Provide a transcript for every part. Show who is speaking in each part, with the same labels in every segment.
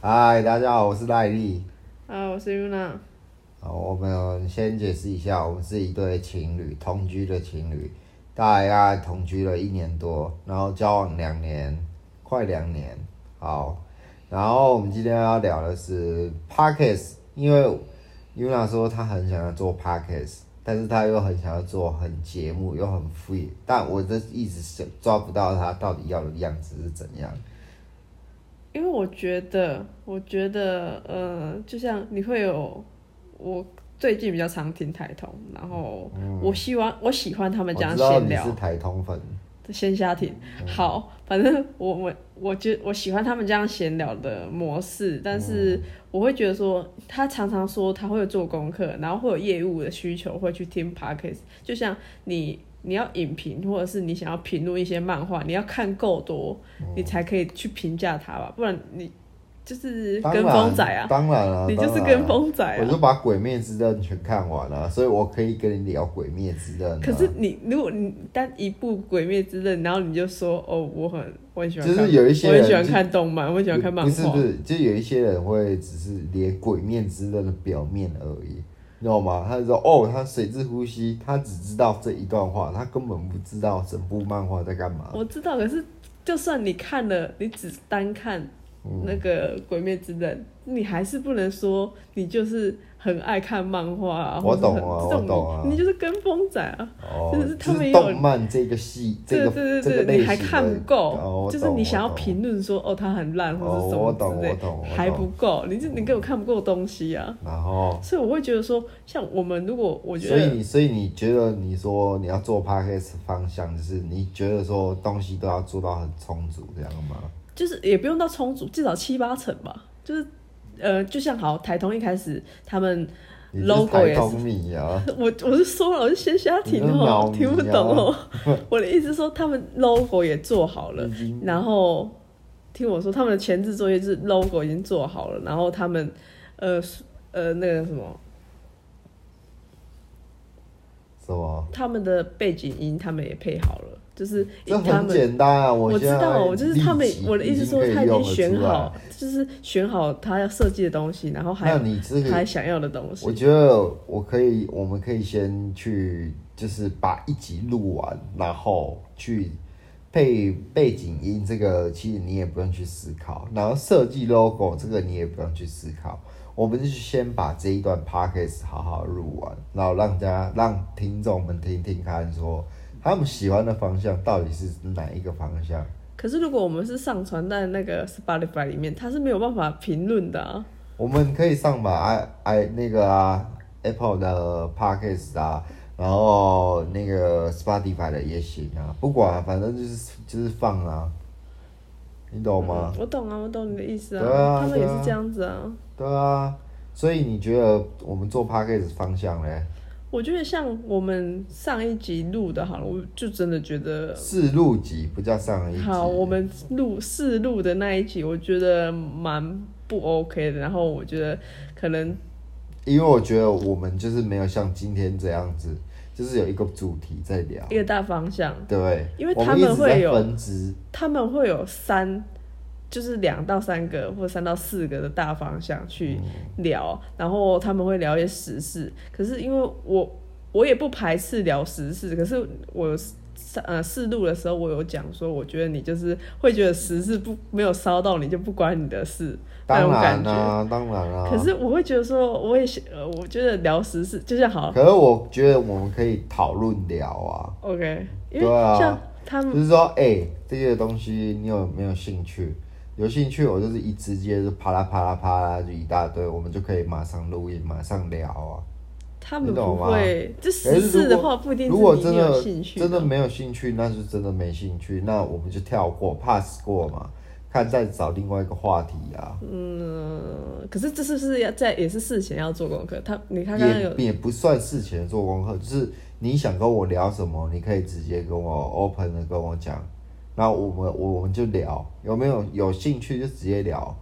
Speaker 1: 嗨，大家好，我是赖丽。
Speaker 2: 啊，我是 Yuna。
Speaker 1: 好，我们先解释一下，我们是一对情侣，同居的情侣，大概同居了一年多，然后交往两年，快两年。好，然后我们今天要聊的是 Parkes，因为 Yuna 说她很想要做 Parkes，但是她又很想要做很节目，又很 free，但我这一直是抓不到她到底要的样子是怎样。
Speaker 2: 因为我觉得，我觉得，呃，就像你会有，我最近比较常听台通，然后我希望我喜欢他
Speaker 1: 哦我
Speaker 2: 们这样
Speaker 1: 知道
Speaker 2: 闲
Speaker 1: 你
Speaker 2: 聊
Speaker 1: 是，台通粉，
Speaker 2: 线下听。好，反正我我我觉我喜欢他们这样闲聊的模式，但是
Speaker 1: 嗯
Speaker 2: 我会觉得说，他常常说他会有做功课，然后会有业务的需求，会去听 podcast。就像你你要影评，或者是你想要评论一些漫画，你要看够多，你才可以去评价它吧，不然你就是
Speaker 1: 当
Speaker 2: 跟
Speaker 1: 然
Speaker 2: 风仔啊，
Speaker 1: 当然了、
Speaker 2: 你就是
Speaker 1: 当然
Speaker 2: 跟
Speaker 1: 啊
Speaker 2: 风仔啊
Speaker 1: 我。就把《鬼灭之刃》全看完了，所以我可以跟你聊《鬼灭之刃》啊。
Speaker 2: 可是你，如果你单一部《鬼灭之刃》，然后你就说哦，我很我很喜欢
Speaker 1: 就
Speaker 2: 看，
Speaker 1: 是有一些
Speaker 2: 我很
Speaker 1: 人
Speaker 2: 喜欢
Speaker 1: 就
Speaker 2: 看动漫，我很喜欢看漫画。
Speaker 1: 不是不是，就有一些人会只是连《鬼灭之刃》的表面而已，你知道吗？他就说哦，他水之呼吸，他只知道这一段话，他根本不知道整部漫画在干嘛。
Speaker 2: 我知道，可是就算你看了，你只单看
Speaker 1: 嗯
Speaker 2: 那个《鬼灭之刃》你还是不能说你就是很爱看漫画啊，
Speaker 1: 我
Speaker 2: 或者
Speaker 1: 懂
Speaker 2: 很
Speaker 1: 啊
Speaker 2: 这种
Speaker 1: 我懂啊
Speaker 2: 你你就是跟风仔啊。
Speaker 1: 哦，
Speaker 2: 就是他
Speaker 1: 就
Speaker 2: 们
Speaker 1: 是
Speaker 2: 有
Speaker 1: 动漫这个系，这
Speaker 2: 对
Speaker 1: 个
Speaker 2: 对
Speaker 1: 这个
Speaker 2: 对
Speaker 1: 类
Speaker 2: 对，
Speaker 1: 型的
Speaker 2: 你还看不够，
Speaker 1: 哦我
Speaker 2: 就是
Speaker 1: 懂
Speaker 2: 你想
Speaker 1: 我
Speaker 2: 要
Speaker 1: 懂
Speaker 2: 评论说哦，它很烂或
Speaker 1: 哦
Speaker 2: 者什
Speaker 1: 我
Speaker 2: 么
Speaker 1: 懂
Speaker 2: 之类
Speaker 1: 我懂我，懂
Speaker 2: 还不够，你这你根本看不够东西啊。
Speaker 1: 然后。
Speaker 2: 所以我会觉得说，像我们如果我觉
Speaker 1: 所以
Speaker 2: 得
Speaker 1: 你，所以你觉得你说你要做 podcast 方向，就是你觉得说东西都要做到很充足，这样吗？
Speaker 2: 就是也不用到充足，至少七八成吧，就是呃，就像好台通一开始他们
Speaker 1: 你是
Speaker 2: Logo
Speaker 1: 台
Speaker 2: 也是
Speaker 1: 通米啊，
Speaker 2: 我我是说了，我是先瞎听
Speaker 1: 你是脑
Speaker 2: 哦，
Speaker 1: 迷啊
Speaker 2: 听不懂 哦。我的意思是说，他们 logo 也做好了
Speaker 1: 已经，
Speaker 2: 然后听我说，他们的前置作业是 logo 已经做好了，然后他们呃呃那个什么，
Speaker 1: 是吗？
Speaker 2: 他们的背景音他们也配好了，就是
Speaker 1: 这
Speaker 2: 他
Speaker 1: 很
Speaker 2: 们
Speaker 1: 简单啊！
Speaker 2: 我知
Speaker 1: 现在
Speaker 2: 道，就是他们
Speaker 1: 立即
Speaker 2: 我的意思
Speaker 1: 已
Speaker 2: 说
Speaker 1: 经可以
Speaker 2: 他已经
Speaker 1: 用得
Speaker 2: 选
Speaker 1: 出来
Speaker 2: 好，就是选好他要设计的东西，然后还
Speaker 1: 那
Speaker 2: 有
Speaker 1: 你这个
Speaker 2: 他想要的东
Speaker 1: 嗯
Speaker 2: 西
Speaker 1: 我。觉得我可以，我们可以先去，就是把一集录完，然后去配背景音，这个其实你也不用去思考，然后设计 logo 这个你也不用去思考，我们就先把这一段 podcast 好好录完，然后让大家让听众们听听看说他们喜欢的方向到底是哪一个方向。
Speaker 2: 可是如果我们是上传在那个 Spotify 里面，他是没有办法评论的啊。
Speaker 1: 我们可以上吧，i i 那个啊，Apple 的 Podcast 啊，然后那个 Spotify 的也行啊，不管、啊，反正就是就是放啊，你懂吗？
Speaker 2: 嗯我懂啊，我懂你的意思啊。
Speaker 1: 对啊
Speaker 2: 他们也是
Speaker 1: 对啊
Speaker 2: 这样子啊。
Speaker 1: 对啊，所以你觉得我们做 Podcast 方向嘞，
Speaker 2: 我觉得像我们上一集录的，好了，我就真的觉得
Speaker 1: 是录集不叫上一集，
Speaker 2: 好。我们录试录的那一集，我觉得蛮不 OK 的。然后我觉得可能
Speaker 1: 因为我觉得我们就是没有像今天这样子，就是有一个主题在聊，
Speaker 2: 一个大方向，
Speaker 1: 对，
Speaker 2: 因为
Speaker 1: 我
Speaker 2: 他
Speaker 1: 一直
Speaker 2: 们会
Speaker 1: 在
Speaker 2: 有
Speaker 1: 分支，
Speaker 2: 他们会有三，就是两到三个或三到四个的大方向去
Speaker 1: 哦
Speaker 2: 聊，然后他们会聊一些时事。可是因为我我也不排斥聊时事，可是我有呃试录的时候，我有讲说，我觉得你就是会觉得时事不没有烧到你就不关你的事那
Speaker 1: 当
Speaker 2: 种
Speaker 1: 然
Speaker 2: 感
Speaker 1: 啦、
Speaker 2: 觉。
Speaker 1: 当然啊啦、
Speaker 2: 可是我会觉得说，我也想呃，我觉得聊时事就像好
Speaker 1: 可是我觉得我们可以讨论聊啊，
Speaker 2: ，OK，因为
Speaker 1: 对啊
Speaker 2: 像他们。
Speaker 1: 就是说，哎、这些东西你有没有兴趣？有兴趣，我就是一直接就啪啦啪啦啪啦就一大堆，我们就可以马上录音，马上聊啊。
Speaker 2: 他们
Speaker 1: 你懂
Speaker 2: 不
Speaker 1: 吗
Speaker 2: 会，就
Speaker 1: 可是如
Speaker 2: 时事的
Speaker 1: 果
Speaker 2: 话不一定是
Speaker 1: 如果
Speaker 2: 你
Speaker 1: 真
Speaker 2: 你有
Speaker 1: 的
Speaker 2: 兴趣
Speaker 1: 真的没有兴趣，那就真的没兴趣，那我们就跳过 pass 过嘛，看再找另外一个话题啊。
Speaker 2: 嗯，可是这是不是要在也是事前要做功课？他你看刚刚有
Speaker 1: 也也不算事前做功课，就是你想跟我聊什么，你可以直接跟我 open 的跟我讲，那我们我们就聊，有没有有兴趣就直接聊，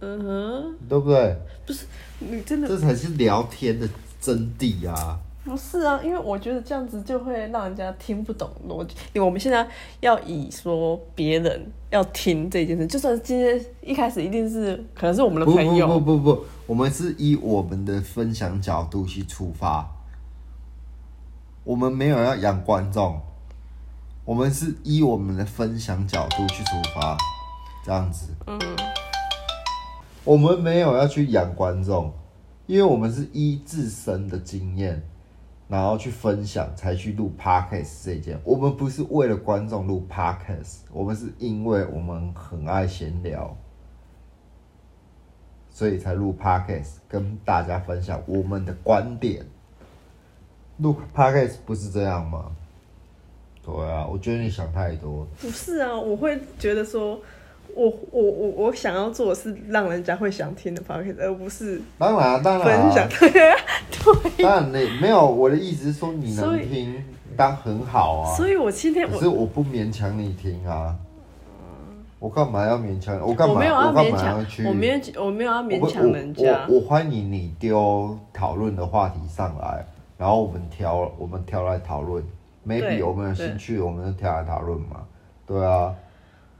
Speaker 2: 嗯哼，
Speaker 1: 对不对？
Speaker 2: 你真的
Speaker 1: 这才是聊天的真谛啊！
Speaker 2: 不是啊，因为我觉得这样子就会让人家听不懂逻辑。我们现在要以说别人要听这件事，就算今天一开始一定是可能是我们的
Speaker 1: 不
Speaker 2: 朋
Speaker 1: 不
Speaker 2: 友，
Speaker 1: 不不不，我们是以我们的分享角度去出发，我们没有要养观众，我们是以我们的分享角度去出发，这样子。嗯。我们没有要去养观众，因为我们是依自身的经验，然后去分享才去录 podcast 这一件。我们不是为了观众录 podcast，我们是因为我们很爱闲聊。所以才录 podcast 跟大家分享我们的观点。录 podcast 不是这样吗？对啊，我觉得你想太多。
Speaker 2: 不是啊，我会觉得说，我我我我想要做的是让人家会想听的 p o c a s t 而不是
Speaker 1: 当然、啊，当
Speaker 2: 分
Speaker 1: 然、啊，
Speaker 2: 享。
Speaker 1: 当然你没有我的意思是说你
Speaker 2: 所
Speaker 1: 能
Speaker 2: 以
Speaker 1: 听，当很好啊。
Speaker 2: 所以我今天
Speaker 1: 可
Speaker 2: 我
Speaker 1: 是我不勉强你听啊。我干嘛要勉强？我干嘛？
Speaker 2: 没有
Speaker 1: 我干
Speaker 2: 勉
Speaker 1: 嘛要
Speaker 2: 强
Speaker 1: 去？，
Speaker 2: 我没有我没有要
Speaker 1: 我
Speaker 2: 勉强人家
Speaker 1: 我。我我欢迎你丢讨论的话题上来，然后我们挑我们挑来讨论。
Speaker 2: 对
Speaker 1: maybe 我们有兴趣，我们就挑来讨论嘛。对啊，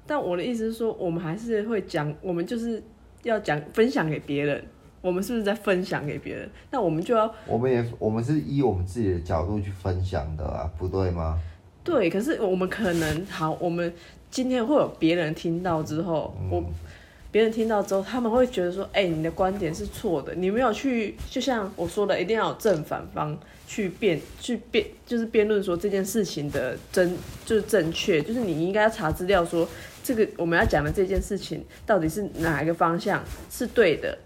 Speaker 2: 但我的意思是说，我们还是会讲，我们就是要讲分享给别人。我们是不是在分享给别人？那我们就要
Speaker 1: 我们也我们是以我们自己的角度去分享的啊，不对吗？
Speaker 2: 对，可是我们可能好，我们今天会有别人听到之后，我别人听到之后，他们会觉得说，哎、你的观点是错的，你没有去，就像我说的，一定要有正反方去辩，去辩，就是辩论说这件事情的真就是正确，就是你应该查资料说这个我们要讲的这件事情到底是哪一个方向是对的，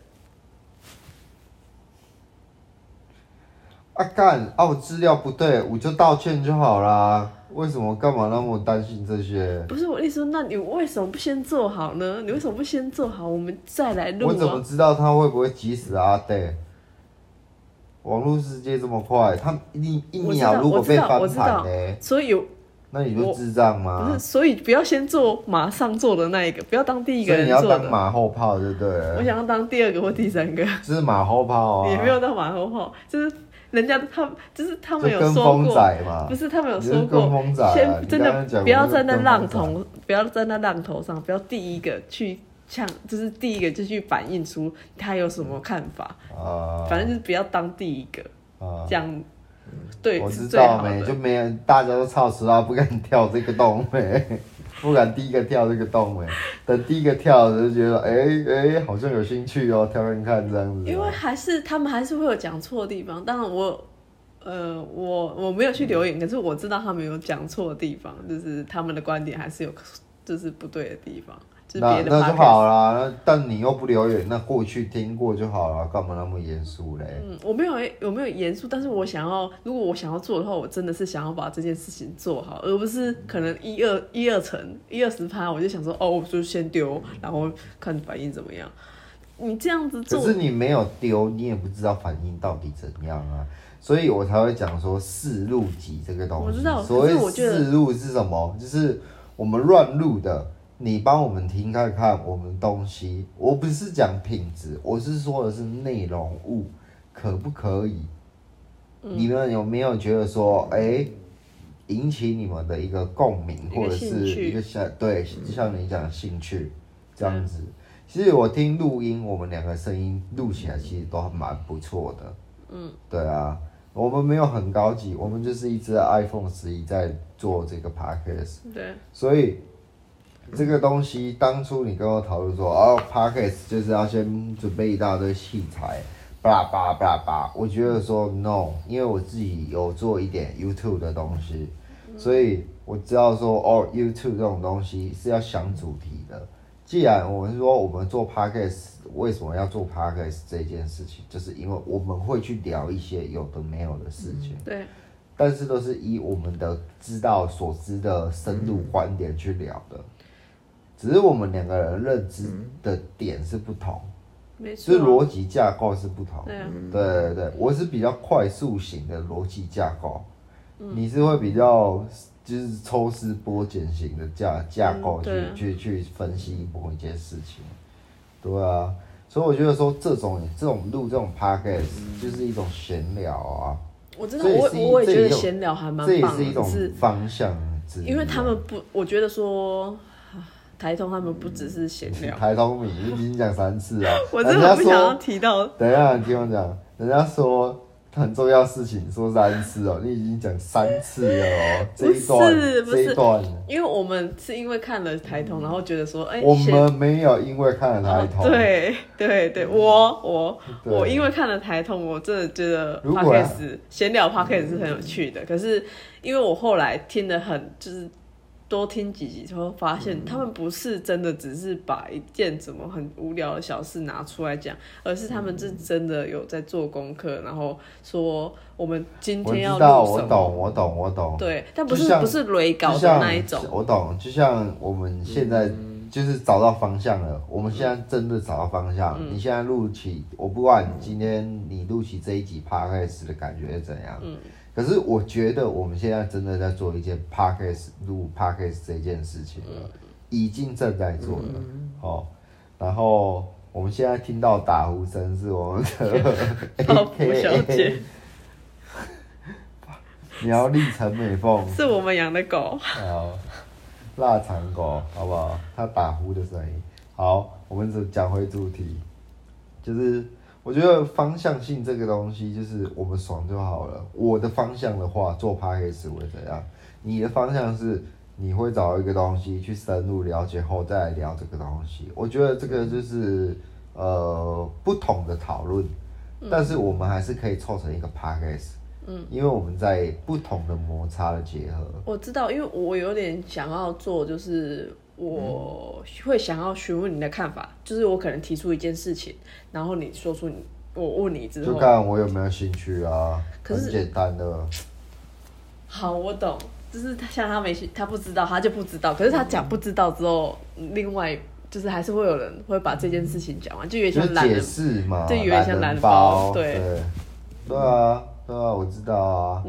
Speaker 1: 啊干啊，我资料不对，我就道歉就好啦。为什么干嘛那么担心这些？
Speaker 2: 不是我的意思说，那你为什么不先做好呢？你为什么不先做好，我们再来录
Speaker 1: 我
Speaker 2: 啊？
Speaker 1: 怎么知道他会不会急死啊？对，网络世界这么快，他一一
Speaker 2: 我知
Speaker 1: 秒
Speaker 2: 道
Speaker 1: 如果
Speaker 2: 我知
Speaker 1: 被
Speaker 2: 道
Speaker 1: 翻
Speaker 2: 我知
Speaker 1: 盘
Speaker 2: 道
Speaker 1: 呢、
Speaker 2: 所以有
Speaker 1: 那你就
Speaker 2: 我
Speaker 1: 智障
Speaker 2: 不
Speaker 1: 吗
Speaker 2: 是，？所以不要先做马上做的那一个，不要当第一个
Speaker 1: 所以
Speaker 2: 人
Speaker 1: 你要
Speaker 2: 做
Speaker 1: 当
Speaker 2: 的。
Speaker 1: 马后炮，对不对了？
Speaker 2: 我想要当第二个或第三个，
Speaker 1: 就是马后炮啊，
Speaker 2: 也没有到马后炮，就是人家他就是他们
Speaker 1: 就
Speaker 2: 有
Speaker 1: 跟
Speaker 2: 说
Speaker 1: 风
Speaker 2: 过，
Speaker 1: 仔嘛
Speaker 2: 不，是他们有
Speaker 1: 你就
Speaker 2: 说
Speaker 1: 是跟
Speaker 2: 过，
Speaker 1: 风仔啊、
Speaker 2: 先
Speaker 1: 你
Speaker 2: 真
Speaker 1: 刚刚
Speaker 2: 的
Speaker 1: 讲
Speaker 2: 不要
Speaker 1: 就是
Speaker 2: 站在
Speaker 1: 跟风
Speaker 2: 浪
Speaker 1: 仔，
Speaker 2: 头，不要站在浪头上，不要第一个去呛，就是第一个就去反映出他有什么看法，
Speaker 1: 啊
Speaker 2: 反正就是不要当第一个，
Speaker 1: 啊
Speaker 2: 这样对
Speaker 1: 我
Speaker 2: 是
Speaker 1: 知
Speaker 2: 最好
Speaker 1: 道没，就
Speaker 2: 的。
Speaker 1: 没人，大家都操死啊，不敢跳这个洞没， 不敢第一个跳这个洞没，等第一个跳的就觉得，哎、哎、好像有兴趣哦，跳看看这样子、
Speaker 2: 因为还是他们还是会有讲错的地方，当然我，呃，我我没有去留
Speaker 1: 嗯
Speaker 2: 言，可是我知道他们有讲错的地方，就是他们的观点还是有就是不对的地方，就是
Speaker 1: 那
Speaker 2: 别的
Speaker 1: 那
Speaker 2: podcast
Speaker 1: 就好啦，那但你又不留言，那过去听过就好了，干嘛那么严肃嘞？
Speaker 2: 嗯，我没有我没有严肃，但是我想要，如果我想要做的话，我真的是想要把这件事情做好，而不是可能一二一二层一二十趴，我就想说哦，我就先丢，然后看反应怎么样。你这样子
Speaker 1: 可
Speaker 2: 做，
Speaker 1: 是你没有丢，你也不知道反应到底怎样啊，所以我才会讲说四录集这个东西。
Speaker 2: 我知道
Speaker 1: 所谓
Speaker 2: 可是我觉得
Speaker 1: 四录是什么？就是我们乱录的，你帮我们听看看我们东西。我不是讲品质，我是说的是内容物可不可以？
Speaker 2: 嗯
Speaker 1: 你们有没有觉得说，哎、引起你们的一个共鸣，
Speaker 2: 一个
Speaker 1: 或者
Speaker 2: 兴
Speaker 1: 是
Speaker 2: 趣
Speaker 1: 一个像对，就像你讲的兴趣这样子。其实我听录音，我们两个声音录起来其实都还蛮不错的。嗯，对啊，我们没有很高级，我们就是一只 iPhone 十一在做这个 podcast，
Speaker 2: 对，
Speaker 1: 所以这个东西当初你跟我讨论说，哦，podcast 就是要先准备一大堆器材，巴拉巴拉巴拉巴拉，我觉得说 no，因为我自己有做一点 YouTube 的东西，所以我知道说哦，YouTube 这种东西是要想主题的。既然我们说我们做 podcast，为什么要做 podcast 这件事情，就是因为我们会去聊一些有的没有的事情。
Speaker 2: 对，
Speaker 1: 但是都是以我们的知道所知的深入观点去聊的，只是我们两个人认知的点是不同，
Speaker 2: 没错
Speaker 1: 就是
Speaker 2: 啊，
Speaker 1: 逻辑架构是不同。
Speaker 2: 对啊，
Speaker 1: 对对对，我是比较快速型的逻辑架构，
Speaker 2: 嗯
Speaker 1: 你是会比较就是抽丝剥茧型的架架构
Speaker 2: 嗯
Speaker 1: 去、
Speaker 2: 对啊
Speaker 1: 去去分析某一件事情，对啊，所以我觉得说这种这种录这种 podcast 就是一种闲聊啊，
Speaker 2: 我真的
Speaker 1: 这也
Speaker 2: 我
Speaker 1: 是一
Speaker 2: 我也
Speaker 1: 这也
Speaker 2: 觉得
Speaker 1: 是一种
Speaker 2: 闲聊还蛮
Speaker 1: 这也
Speaker 2: 棒
Speaker 1: 是一
Speaker 2: 的，
Speaker 1: 种
Speaker 2: 是
Speaker 1: 方向之一啊。
Speaker 2: 因为他们不，我觉得说 啊台通他们不只是闲聊，
Speaker 1: 台东米已经讲三次啊
Speaker 2: ，我
Speaker 1: 嗯
Speaker 2: 真
Speaker 1: 人
Speaker 2: 的
Speaker 1: 家
Speaker 2: 不想要
Speaker 1: 说，
Speaker 2: 提到。
Speaker 1: 等一下你听我讲，人家说很重要事情说三次哦，你已经讲三次了 哦，这一段
Speaker 2: 不是不
Speaker 1: 这
Speaker 2: 是
Speaker 1: 一段，
Speaker 2: 因为我们是因为看了台通，然后觉得说，哎、
Speaker 1: 我
Speaker 2: 闲
Speaker 1: 们没有因为看了台
Speaker 2: 啊
Speaker 1: 通，
Speaker 2: 对对对，我我
Speaker 1: 对
Speaker 2: 我因为看了台通，我真的觉得
Speaker 1: 如果啊
Speaker 2: podcast 闲聊 podcast 是很有趣的。可是因为我后来听的很，就是多听几集之后，发
Speaker 1: 嗯
Speaker 2: 现他们不是真的只是把一件什么很无聊的小事拿出来讲，而是他们是真的有在做功课，然后说我们今
Speaker 1: 我
Speaker 2: 天要
Speaker 1: 知道，
Speaker 2: 录
Speaker 1: 我
Speaker 2: 什么。
Speaker 1: 懂，我懂，我懂。
Speaker 2: 对，但不是
Speaker 1: 就像
Speaker 2: 不是雷
Speaker 1: 就
Speaker 2: 稿的
Speaker 1: 像
Speaker 2: 那一种，
Speaker 1: 我懂，就像我们现在就是找到方向了，我们现在真的找到方向。
Speaker 2: 嗯
Speaker 1: 你现在录起，我不管今天你录起这一集 podcast 的感觉是怎样，
Speaker 2: 嗯
Speaker 1: 可是我觉得我们现在真的在做一件 podcast 录 podcast 这件事情
Speaker 2: 嗯
Speaker 1: 了，已经正在做了，哦，然后。我们现在听到打呼声是我们的
Speaker 2: 泡芙小
Speaker 1: AKA
Speaker 2: 姐
Speaker 1: 苗栗陈美凤，
Speaker 2: 是我们养的狗，
Speaker 1: 好，腊肠狗，好不好？它打呼的声音。好，我们只讲回主题，就是我觉得方向性这个东西，就是我们爽就好了。我的方向的话，做 p a c k a g e 会怎样？你的方向是你会找一个东西去深入了解后再来聊这个东西。我觉得这个就是呃不同的讨论，但是我们还是可以凑成一个 p a c k a g e 嗯，因为我们在不同的摩擦的结合，
Speaker 2: 我知道，因为我有点想要做，就是我会想要询问你的看法，就是我可能提出一件事情，然后你说出你，我问你之
Speaker 1: 就
Speaker 2: 后，
Speaker 1: 看我有没有兴趣啊，
Speaker 2: 可
Speaker 1: 很
Speaker 2: 是
Speaker 1: 简单的。
Speaker 2: 好，我懂，就是他像他没兴他不知道，他就不知道，可是他讲不知道之后，另外就是还是会有人会把这件事情讲完，就有点
Speaker 1: 就
Speaker 2: 像懒
Speaker 1: 解
Speaker 2: 人，
Speaker 1: 释嘛，
Speaker 2: 对有点像
Speaker 1: 懒人
Speaker 2: 懒人
Speaker 1: 包，
Speaker 2: 包对嗯
Speaker 1: 对，对啊，对啊，我知道啊。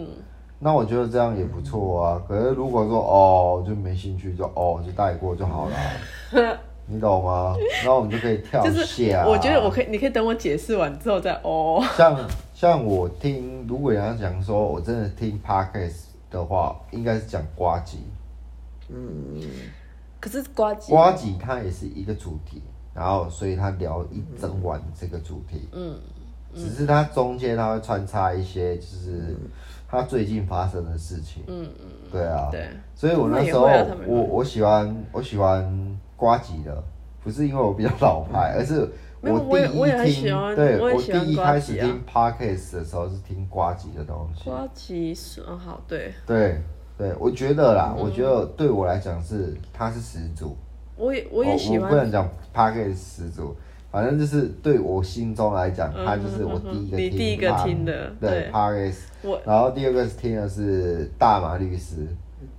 Speaker 1: 那我觉得这样也不错啊。可是如果说哦，就没兴趣，就哦就带过就好了， 你懂吗？那我们就可以跳
Speaker 2: 就是
Speaker 1: 下。
Speaker 2: 我觉得我可以，你可以等我解释完之后再哦，
Speaker 1: 像像我听，如果人家讲说我真的听 podcast 的话，应该是讲瓜吉，
Speaker 2: 可是瓜机
Speaker 1: 瓜吉它也是一个主题，然后所以他聊一整晚这个主题，嗯，只是它中间它会穿插一些就是他最近发生的事情，嗯嗯，对啊，
Speaker 2: 对，
Speaker 1: 所以我那时候
Speaker 2: 他们也会啊他们也会
Speaker 1: 我我喜欢我喜欢瓜吉的，不是因为我比较老牌，而是
Speaker 2: 嗯没有
Speaker 1: 第
Speaker 2: 我
Speaker 1: 一
Speaker 2: 也
Speaker 1: 听，
Speaker 2: 我也很喜欢
Speaker 1: 对
Speaker 2: 我也喜欢
Speaker 1: 第一
Speaker 2: 瓜
Speaker 1: 开
Speaker 2: 吉
Speaker 1: 始
Speaker 2: 啊
Speaker 1: 听 podcast 的时候是听瓜吉的东西，
Speaker 2: 瓜机是嗯好对。
Speaker 1: 对对，我觉得啦，
Speaker 2: 嗯
Speaker 1: 我觉得对我来讲是它是始祖。
Speaker 2: 我也我也喜
Speaker 1: 哦我
Speaker 2: 欢
Speaker 1: 不能讲 p a c k a g e 十足，反正就是对我心中来讲，
Speaker 2: 嗯
Speaker 1: 它就是我第一个听、
Speaker 2: 你第一个听的
Speaker 1: 对
Speaker 2: 对
Speaker 1: p a c k a g
Speaker 2: 我
Speaker 1: e 然后第二个听的是大马律师，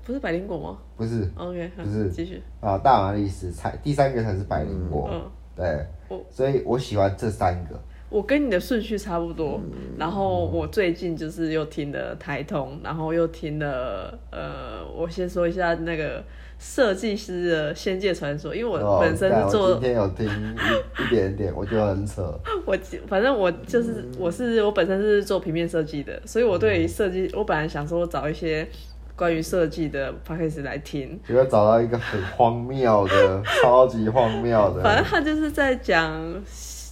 Speaker 2: 不是百灵果吗
Speaker 1: 不是
Speaker 2: ？OK，
Speaker 1: 不是
Speaker 2: 好继续。
Speaker 1: 啊，大马律师才第三个才是百灵果，
Speaker 2: 嗯，
Speaker 1: 对
Speaker 2: 我，
Speaker 1: 所以我喜欢这三个。
Speaker 2: 我跟你的顺序差不多。
Speaker 1: 嗯
Speaker 2: 然后我最近就是又听了台通，然后又听了呃，我先说一下那个设计师的《仙界传说》，因为我
Speaker 1: 哦
Speaker 2: 本身
Speaker 1: 干
Speaker 2: 是
Speaker 1: 我
Speaker 2: 做
Speaker 1: 今天有听一一点点，我觉得很扯。
Speaker 2: 我记反正我就是我
Speaker 1: 嗯
Speaker 2: 是我本身是做平面设计的，所以我对于设计，我本来想说找一些关于设计的 p a c k a g e 来听，
Speaker 1: 结果找到一个很荒谬的，超级荒谬
Speaker 2: 反
Speaker 1: 的
Speaker 2: 正他就是在讲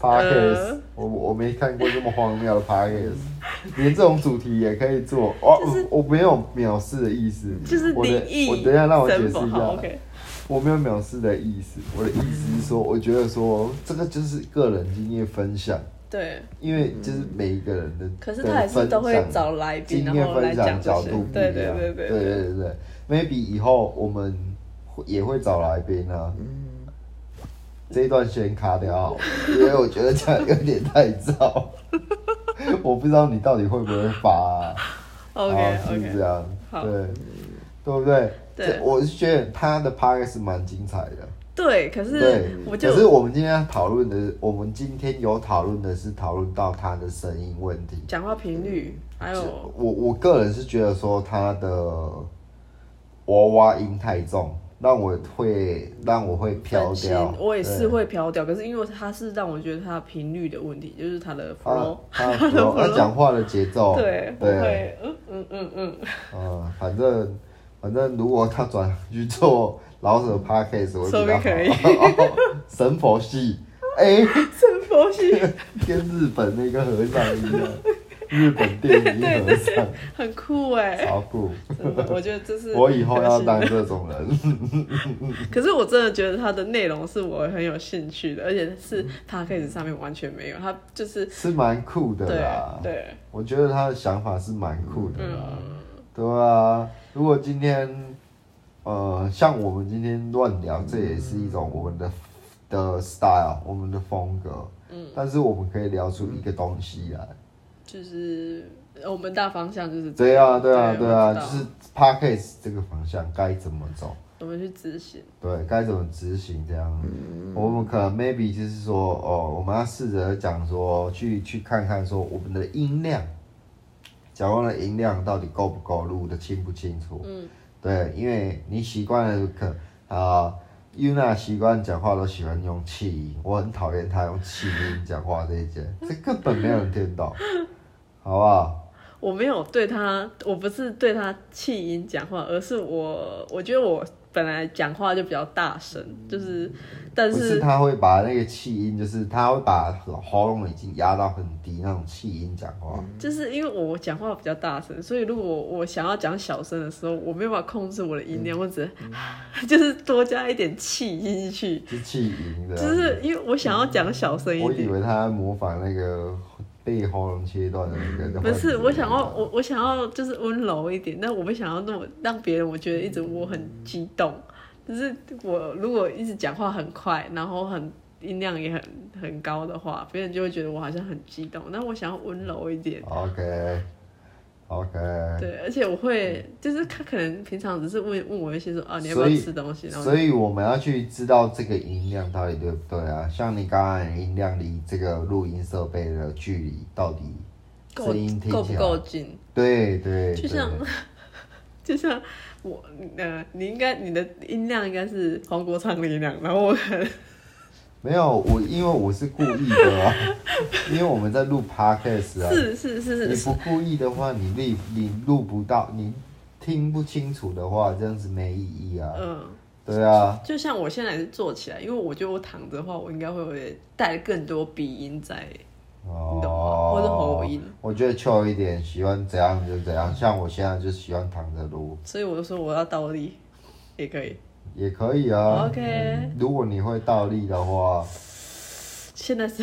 Speaker 1: p a c k a g
Speaker 2: 呃
Speaker 1: e，我我没看过这么荒谬的 p a c k a g e 连这种主题也可以做。哦，我没有藐视的意思，
Speaker 2: 就是
Speaker 1: 我
Speaker 2: 灵
Speaker 1: 的
Speaker 2: 异
Speaker 1: 我等一下让我解释一
Speaker 2: 神佛
Speaker 1: 下
Speaker 2: 好，OK，
Speaker 1: 我没有藐视的意思，我的意思是说，我觉得说这个就是个人经验分享，
Speaker 2: 对。
Speaker 1: 因为就是每一个人的，
Speaker 2: 嗯可是他还是都会找来
Speaker 1: 经
Speaker 2: 宾，然
Speaker 1: 验
Speaker 2: 后来
Speaker 1: 分享
Speaker 2: 讲这
Speaker 1: 角
Speaker 2: 些
Speaker 1: 度不。一
Speaker 2: 对
Speaker 1: 样，
Speaker 2: 对对
Speaker 1: 对
Speaker 2: 对
Speaker 1: 对对对 Maybe 以后我们会也会找来宾啊。这一段先卡掉好了，
Speaker 2: 嗯
Speaker 1: 因为我觉得这样有点太 早。我不知道你到底会不会发、啊。
Speaker 2: OK
Speaker 1: 好哦就是这
Speaker 2: OK，
Speaker 1: 样，
Speaker 2: 好
Speaker 1: 对，对不对？
Speaker 2: 对
Speaker 1: 这我是觉得他的 p a r k 是蛮精彩的，
Speaker 2: 对。可
Speaker 1: 对
Speaker 2: 是我。
Speaker 1: 可是
Speaker 2: 就
Speaker 1: 我们今天要讨论的，我们今天有讨论的是讨论到他的声音问题。
Speaker 2: 讲话频率，还有
Speaker 1: 我我个人是觉得说他的娃娃音太重，让我会让我会飘
Speaker 2: 分心
Speaker 1: 掉，，
Speaker 2: 我也是
Speaker 1: 对。
Speaker 2: 会飘掉。可是因为它是让我觉得它的频率的问题，就是它的 flow，
Speaker 1: 他 他他啊讲话的节奏，
Speaker 2: 对，我
Speaker 1: 啊哦对，
Speaker 2: 会嗯嗯嗯嗯，
Speaker 1: 嗯，反正反正如果他转去做老舍 podcast，我觉
Speaker 2: 说不定
Speaker 1: 得
Speaker 2: 可以
Speaker 1: 好神佛系，哎、
Speaker 2: 真佛系
Speaker 1: 跟日本那个和尚一样，日本电影和尚
Speaker 2: 很酷哎，
Speaker 1: 超酷，
Speaker 2: 真的，我觉得这是
Speaker 1: 我以后要
Speaker 2: 可惜
Speaker 1: 当这种 人，
Speaker 2: 可是我真的觉得它的内容是我很有兴趣的，而且是
Speaker 1: 嗯
Speaker 2: p o d c a s 上面完全没有，它就是
Speaker 1: 是蛮酷的
Speaker 2: 对
Speaker 1: 啦。
Speaker 2: 对，
Speaker 1: 我觉得他的想法是蛮酷的啦，
Speaker 2: 嗯
Speaker 1: 对啊。如果今天，呃，像我们今天乱聊，这也是一种我们的的 style，我们的风格。嗯。但是我们可以聊出一个
Speaker 2: 嗯
Speaker 1: 东西来。
Speaker 2: 就是我们大方向就是
Speaker 1: 对啊，对啊，对啊，
Speaker 2: 我知
Speaker 1: 就
Speaker 2: 道
Speaker 1: 是 p a c k a g e 这个方向该怎么走。
Speaker 2: 我们去执行，
Speaker 1: 对，该怎么执行这样？我们可能 maybe 就是说，哦，我们要试着讲说，去去看看说我们的音量，讲话的音量到底够不够，录的清不清楚？嗯，对，因为你习惯了可啊、y u n a 习惯讲话都喜欢用气音，我很讨厌他用气音讲话这一件，这根本没有人听 懂，好不好？
Speaker 2: 我没有对他，我不是对他气音讲话，而是我我觉得我本来讲话就比较大声，就是但
Speaker 1: 不是
Speaker 2: 是
Speaker 1: 他会把那个气音，就是他会把喉咙已经压到很低那种气音讲话。
Speaker 2: 就是因为我讲话比较大声，所以如果我想要讲小声的时候，我没有办法控制我的音量，我只能 就是多加一点气音进去。
Speaker 1: 是气音的啊，
Speaker 2: 就是因为我想要讲小声
Speaker 1: 我
Speaker 2: 一
Speaker 1: 以
Speaker 2: 点，
Speaker 1: 为他在模仿那个被喉咙切断的那个。
Speaker 2: 嗯不是我想要我我想要就是温柔一点，但我不想要那么让别人我觉得一直我很激动，就是我如果一直讲话很快，然后很音量也很很高的话，别人就会觉得我好像很激动，但我想要温柔一点。
Speaker 1: OK OK，
Speaker 2: 对，而且我会，就是他可能平常只是问问我一些说啊，你要不
Speaker 1: 所
Speaker 2: 要
Speaker 1: 以
Speaker 2: 吃东西，然后
Speaker 1: 所以我们要去知道这个音量到底对不对啊？像你刚刚的音量离这个录音设备的距离到底
Speaker 2: 够
Speaker 1: 声音听
Speaker 2: 够
Speaker 1: 起
Speaker 2: 不
Speaker 1: 来，
Speaker 2: 够近？
Speaker 1: 对对，
Speaker 2: 就像 就像我呃，你应该你的音量应该是黄国昌的音量，然后我可能
Speaker 1: 没有我，因为我是故意的 啊，因为我们在录 podcast 啊，
Speaker 2: 是是是
Speaker 1: 你
Speaker 2: 是，
Speaker 1: 不故意的话，你录你录不到，你听不清楚的话，这样子没意义啊。
Speaker 2: 嗯，
Speaker 1: 对啊，
Speaker 2: 就像我现在是坐起来，因为我觉得我躺着的话，我应该会会带更多鼻音在，你懂吗？
Speaker 1: 哦，
Speaker 2: 或者喉音，
Speaker 1: 我觉得秋一点，喜欢怎样就怎样。像我现在就喜欢躺着撸，
Speaker 2: 所以我就说我要倒立也可以。
Speaker 1: 也可以啊。
Speaker 2: 哦 OK
Speaker 1: 如果你会倒立的话，
Speaker 2: 现在是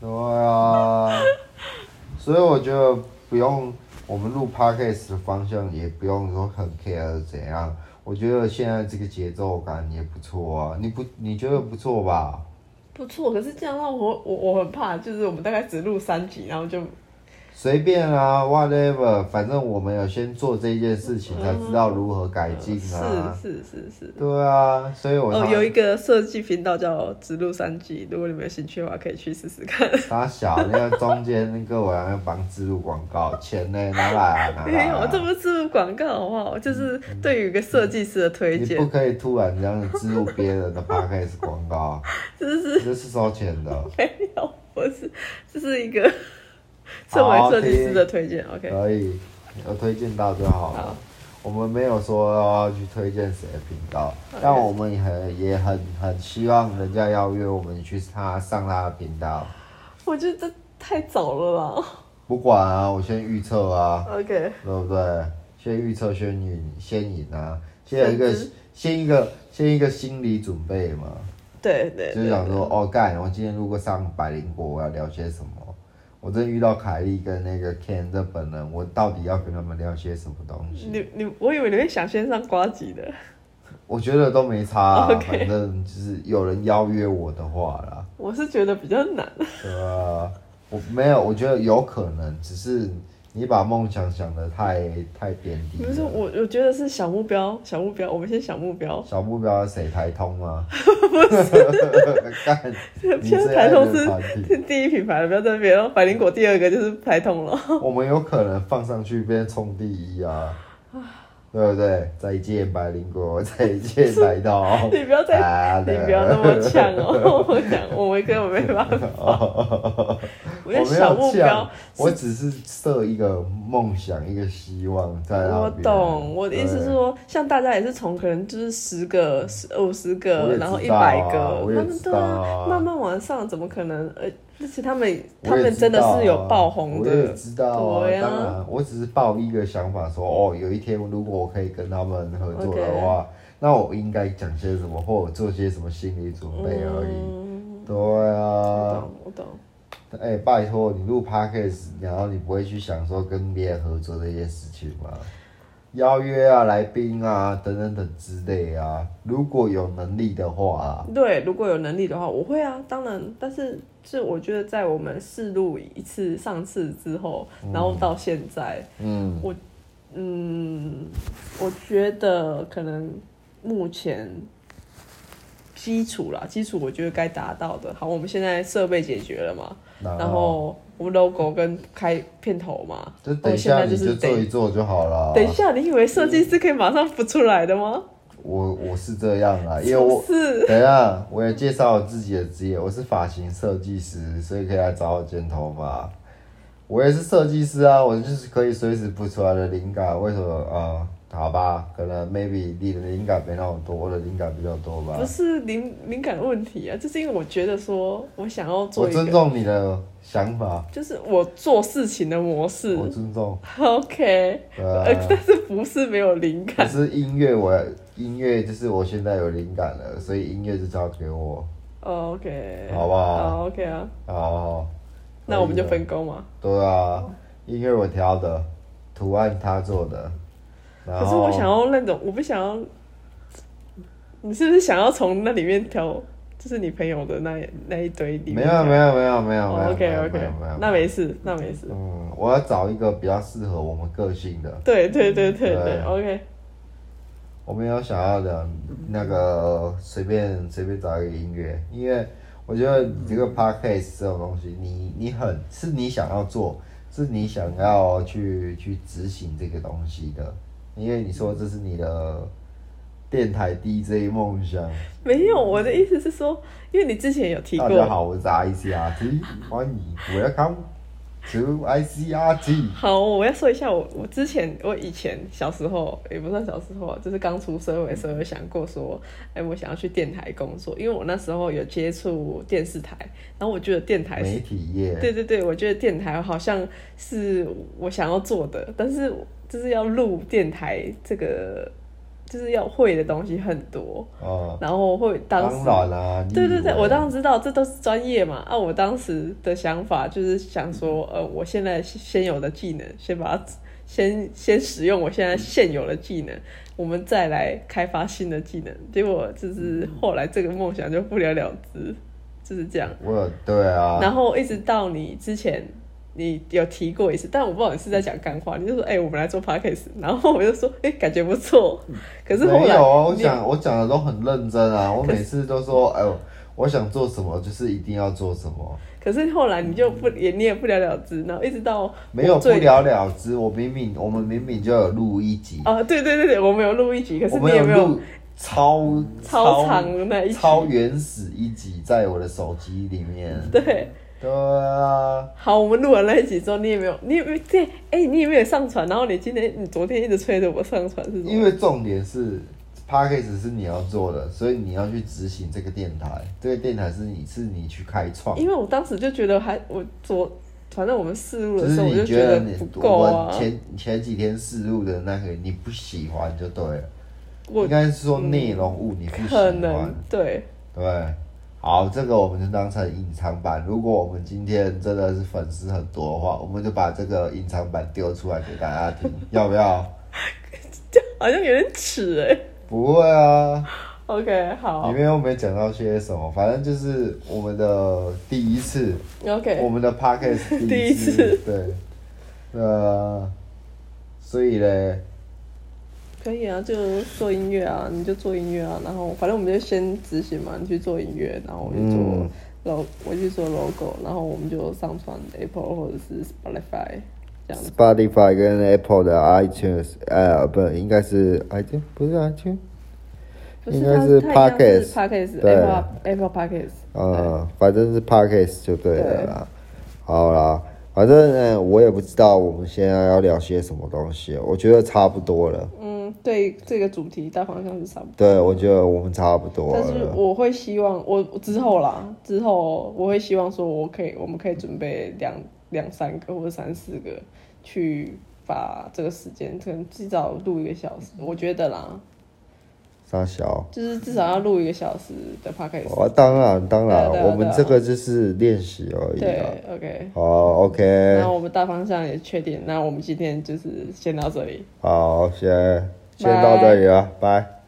Speaker 1: 对 啊。所以我觉得不用我们录 podcast 的方向，也不用说很 care 怎样。我觉得现在这个节奏感也不错啊，你不你觉得不错吧？
Speaker 2: 不错，可是这样让我我我很怕，就是我们大概只录三集，然后就
Speaker 1: 嗯随便啊，whatever，反正我们有先做这件事情，才知道如何改进啊。
Speaker 2: 是是是嗯是。
Speaker 1: 对啊，所以我
Speaker 2: 哦，有一
Speaker 1: 他
Speaker 2: 个设计频道叫“直录三集”，如果你们有兴趣的话，可以去试试看。
Speaker 1: 他小那个中间那个我要帮植入广告，钱呢拿来啊 拿
Speaker 2: 没
Speaker 1: 来
Speaker 2: 有，哎这
Speaker 1: 啊！
Speaker 2: 不是广告好不好？就是对于一个设计师的推
Speaker 1: 嗯你不
Speaker 2: 荐，
Speaker 1: 可以突然这样子植入别人的 podcast 广 告，啊
Speaker 2: 就是
Speaker 1: 这是收钱的。
Speaker 2: 没有，不是，这是一个身为设计师的推荐。OK，
Speaker 1: 可以，有推荐到就呃好了
Speaker 2: 好。
Speaker 1: 我们没有说要去推荐谁的频道，
Speaker 2: 哦
Speaker 1: 但我们也很也很很希望人家邀约我们去他上他的频道。
Speaker 2: 我觉得这太早了啦。
Speaker 1: 不管啊，我先预测啊，
Speaker 2: OK，
Speaker 1: 对不对？先预测先赢，先赢啊，先有一个
Speaker 2: 甚至
Speaker 1: 先一个先一个心理准备嘛，
Speaker 2: 对对
Speaker 1: 就是
Speaker 2: 对，
Speaker 1: 想说哦，干，我今天如果上百灵果，我要聊些什么？我真遇到凯莉跟那个 Ken 这本人，我到底要跟他们聊些什么东西？
Speaker 2: 你你，我以为你会想先上瓜吉的，
Speaker 1: 我觉得都没差、啊
Speaker 2: OK
Speaker 1: 反正就是有人邀约我的话啦，
Speaker 2: 我是觉得比较难。
Speaker 1: 对啊，我没有，我觉得有可能，只是你把梦想想的太太贬低
Speaker 2: 不
Speaker 1: 了。
Speaker 2: 是我，我觉得是小目标，小目标，我们先小目标。
Speaker 1: 小目标谁台通 吗？ 干，你
Speaker 2: 现在
Speaker 1: 最
Speaker 2: 台
Speaker 1: 爱
Speaker 2: 通
Speaker 1: 的
Speaker 2: 是
Speaker 1: 团体，
Speaker 2: 是第一品牌了，不要在那边。然后百灵果第二个就是台通了。
Speaker 1: 我们有可能放上去变冲第一啊！对不对？再见，百灵果，再见，来到。
Speaker 2: 你不要再，
Speaker 1: 啊
Speaker 2: 你不要那么呛哦！我讲，我一个我没办 法，我
Speaker 1: 哦我
Speaker 2: 在
Speaker 1: 没
Speaker 2: 小
Speaker 1: 有
Speaker 2: 目标
Speaker 1: 呛，，我只是设一个梦想，一个希望在那
Speaker 2: 我
Speaker 1: 边
Speaker 2: 懂，我的意思是
Speaker 1: 对
Speaker 2: 说，像大家也是从可能就是十个、十五十
Speaker 1: 我
Speaker 2: 个
Speaker 1: 也，
Speaker 2: 呃然后一
Speaker 1: 知道啊
Speaker 2: 百个，
Speaker 1: 我也
Speaker 2: 他们
Speaker 1: 知
Speaker 2: 对
Speaker 1: 道
Speaker 2: 啊
Speaker 1: 啊，
Speaker 2: 慢慢往上，怎么可能？呃，而且他们他
Speaker 1: 我也
Speaker 2: 们
Speaker 1: 知
Speaker 2: 真的
Speaker 1: 道
Speaker 2: 是有
Speaker 1: 啊
Speaker 2: 爆红
Speaker 1: 我也
Speaker 2: 的，
Speaker 1: 知道啊，
Speaker 2: 对啊
Speaker 1: 当然，我只是抱一个想法说，哦，有一天如果我可以跟他们合作的
Speaker 2: OK
Speaker 1: 话那我应该讲些什么，或我做些什么心理准备而已。
Speaker 2: 嗯，
Speaker 1: 对
Speaker 2: 我
Speaker 1: 啊，
Speaker 2: 懂，我懂，
Speaker 1: 哎、拜托，你录 podcast，然后你不会去想说跟别人合作这些事情吗？邀约啊，来宾啊，等等等之类啊，如果有能力的话啊，
Speaker 2: 对，如果有能力的话，我会啊，当然，但是是我觉得在我们试录一次、上次之后，然后到现在，
Speaker 1: 嗯，
Speaker 2: 嗯，我觉得可能目前基础啦，基础我觉得该达到的。好，我们现在设备解决了嘛，
Speaker 1: 啊
Speaker 2: 然后我们 logo 跟开片头嘛，
Speaker 1: 就
Speaker 2: 我
Speaker 1: 等一
Speaker 2: 现
Speaker 1: 下
Speaker 2: 在
Speaker 1: 你
Speaker 2: 就
Speaker 1: 就
Speaker 2: 是
Speaker 1: 做
Speaker 2: 得
Speaker 1: 一做就好了。啊
Speaker 2: 等一下，你以为设计师可以马上浮出来的吗？
Speaker 1: 我我是这样啊啦，因为
Speaker 2: 是
Speaker 1: 我
Speaker 2: 不是？
Speaker 1: 等一下我也介绍我自己的职业，我是发型设计师，所以可以来找我剪头发。我也是设计师啊，我就是可以随时补出来的灵感。为什么啊、好吧，可能 maybe 你的灵感没那么多，我的灵感比较多吧
Speaker 2: 不。是敏敏感的问题啊，就是因为我觉得说我想要
Speaker 1: 我
Speaker 2: 做一
Speaker 1: 尊
Speaker 2: 个，
Speaker 1: 重你的想法，
Speaker 2: 就是我做事情的模式
Speaker 1: 我尊重。
Speaker 2: ，OK，
Speaker 1: 呃
Speaker 2: 呃，，但是不是没有灵
Speaker 1: 可
Speaker 2: 感？
Speaker 1: 是音乐我音乐就是我现在有灵感了，所以音乐就交给我，
Speaker 2: 哦 OK，
Speaker 1: 好不好
Speaker 2: 好，OK 啊，
Speaker 1: 好。
Speaker 2: 那我们就
Speaker 1: 可以了
Speaker 2: 分工嘛。
Speaker 1: 对啊，音乐我挑的，图案他做的。然
Speaker 2: 可是
Speaker 1: 后
Speaker 2: 我想要那种，我不想要。你是不是想要从那里面挑，就是你朋友的那那一堆里面？
Speaker 1: 没有没有没有没有没有
Speaker 2: o k
Speaker 1: 没有
Speaker 2: OK，
Speaker 1: 没有没有
Speaker 2: 那没事，那没事。
Speaker 1: 嗯，我要找一个比较适合我们个性的。
Speaker 2: 对对对对对
Speaker 1: 对
Speaker 2: ，OK，
Speaker 1: 我没有想要的那个随便随便找一个音乐，因为我觉得这
Speaker 2: 嗯
Speaker 1: 个 podcast 这种东西，你你很是你想要做，是你想要去去执行这个东西的，因为你说这是你的电台 DJ 梦想。
Speaker 2: 没有。我的意思是说，因为你之前有提
Speaker 1: 大家
Speaker 2: 过，
Speaker 1: 好，我是 ICRT，欢迎 Welcome to ICRT。
Speaker 2: 好，我要说一下我我之前我以前小时候也不算小时候啊，就是刚出社会的时候有想过说，哎、我想要去电台工作，因为我那时候有接触电视台，然后我觉得电台是
Speaker 1: 媒体业，
Speaker 2: 对对对，我觉得电台好像是我想要做的，但是就是要录电台这个，就是要会的东西很多，
Speaker 1: 哦，
Speaker 2: 然后会当时
Speaker 1: 当然啦、你
Speaker 2: 对
Speaker 1: 以
Speaker 2: 对对，
Speaker 1: 为
Speaker 2: 我当然知道这都是专业嘛。啊，我当时的想法就是想说，呃，我现在先有的技能，先把它先先使用我现在现有的技能，我们再来开发新的技能。结果就是后来这个梦想就不了了之，就是这样。
Speaker 1: 我有对啊，
Speaker 2: 然后一直到你之前，你有提过一次，但我不知道你是在讲干话，你就说，哎、我们来做 podcast，然后我就说，哎、感觉不错。可是后
Speaker 1: 嗯没
Speaker 2: 来，
Speaker 1: 有啊，我
Speaker 2: 你
Speaker 1: 讲我讲的都很认真啊，我每次都说，哎呦，我想做什么就是一定要做什么，
Speaker 2: 可是后来你就不也你也不了了之，然后一直到
Speaker 1: 没有
Speaker 2: 我
Speaker 1: 不
Speaker 2: 最
Speaker 1: 了了之。我明明我们明明就有录一集，
Speaker 2: 啊，对对对对，我们有录一集，可是
Speaker 1: 我
Speaker 2: 你
Speaker 1: 们
Speaker 2: 也没有
Speaker 1: 录超
Speaker 2: 超长的那一集，
Speaker 1: 超原始一集，在我的手机里面。
Speaker 2: 对。
Speaker 1: 对啊。
Speaker 2: 好，我们录完那一集之后，你也没有，你也没有对，哎、你也没有上传，然后你今天你昨天一直催着我上传是什
Speaker 1: 因
Speaker 2: 么？
Speaker 1: 为重点是 p a c k a g e 是你要做的，所以你要去执行这个电台。这个电台是你是你去开创，
Speaker 2: 因为我当时就觉得还我昨反正我们试录
Speaker 1: 就
Speaker 2: 的时
Speaker 1: 是
Speaker 2: 候，我
Speaker 1: 你
Speaker 2: 就觉
Speaker 1: 得
Speaker 2: 得
Speaker 1: 你
Speaker 2: 不够
Speaker 1: 我
Speaker 2: 啊
Speaker 1: 们，前前几天试录的那个你不喜欢就对了，
Speaker 2: 我
Speaker 1: 应该是说内容物你不喜
Speaker 2: 可
Speaker 1: 欢
Speaker 2: 能，对，
Speaker 1: 对。好，这个我们就当成隐藏版。如果我们今天真的是粉丝很多的话，我们就把这个隐藏版丢出来给大家听，要不要？
Speaker 2: 好像有点耻哎、
Speaker 1: 不会啊，
Speaker 2: OK，
Speaker 1: 里
Speaker 2: 好
Speaker 1: 面又没讲到些什么，反正就是我们的第一次，我
Speaker 2: ，OK，
Speaker 1: 们的 podcast
Speaker 2: 第
Speaker 1: 第
Speaker 2: 一
Speaker 1: 一
Speaker 2: 次
Speaker 1: 次，对，那所以嘞，
Speaker 2: 可以啊，就做音乐啊，你就做音乐啊，然后反正我们就先执行嘛，你去做音乐，然后我就做。
Speaker 1: 嗯，
Speaker 2: logo，我去做 logo，然后我们就上传 Apple 或者是 Spotify 这这样子。
Speaker 1: Spotify 跟 Apple 的 iTunes，呃，不，应该是 iTunes，不是 iTunes，
Speaker 2: 不
Speaker 1: 应
Speaker 2: 它
Speaker 1: 该是
Speaker 2: 它一样
Speaker 1: Podcast，
Speaker 2: 是 Pockets
Speaker 1: 对
Speaker 2: Apple Apple Pockets。
Speaker 1: 呃，反正是 Podcast 就对了啦。好啦，反正呢，我也不知道我们现在要聊些什么东西，我觉得差不多了。
Speaker 2: 嗯，对这个主题大方向是差不多。
Speaker 1: 对，我觉得我们差不多
Speaker 2: 但是
Speaker 1: 了。
Speaker 2: 我会希望我我之后啦，之后我会希望说，我可以，我们可以准备两两三个或者三四个，去把这个时间可能至少录一个小时，我觉得啦，
Speaker 1: 沙小，
Speaker 2: 就是至少要录一个小时的 p o d c a s
Speaker 1: 哦，当然当然，
Speaker 2: 对啊对啊
Speaker 1: 我们这个就是练习而
Speaker 2: t
Speaker 1: 已啊。
Speaker 2: 对，OK。
Speaker 1: 好，OK，
Speaker 2: 然后我们大方向也确定，那我们今天就是先到这里。
Speaker 1: 好，先先到这里了，拜。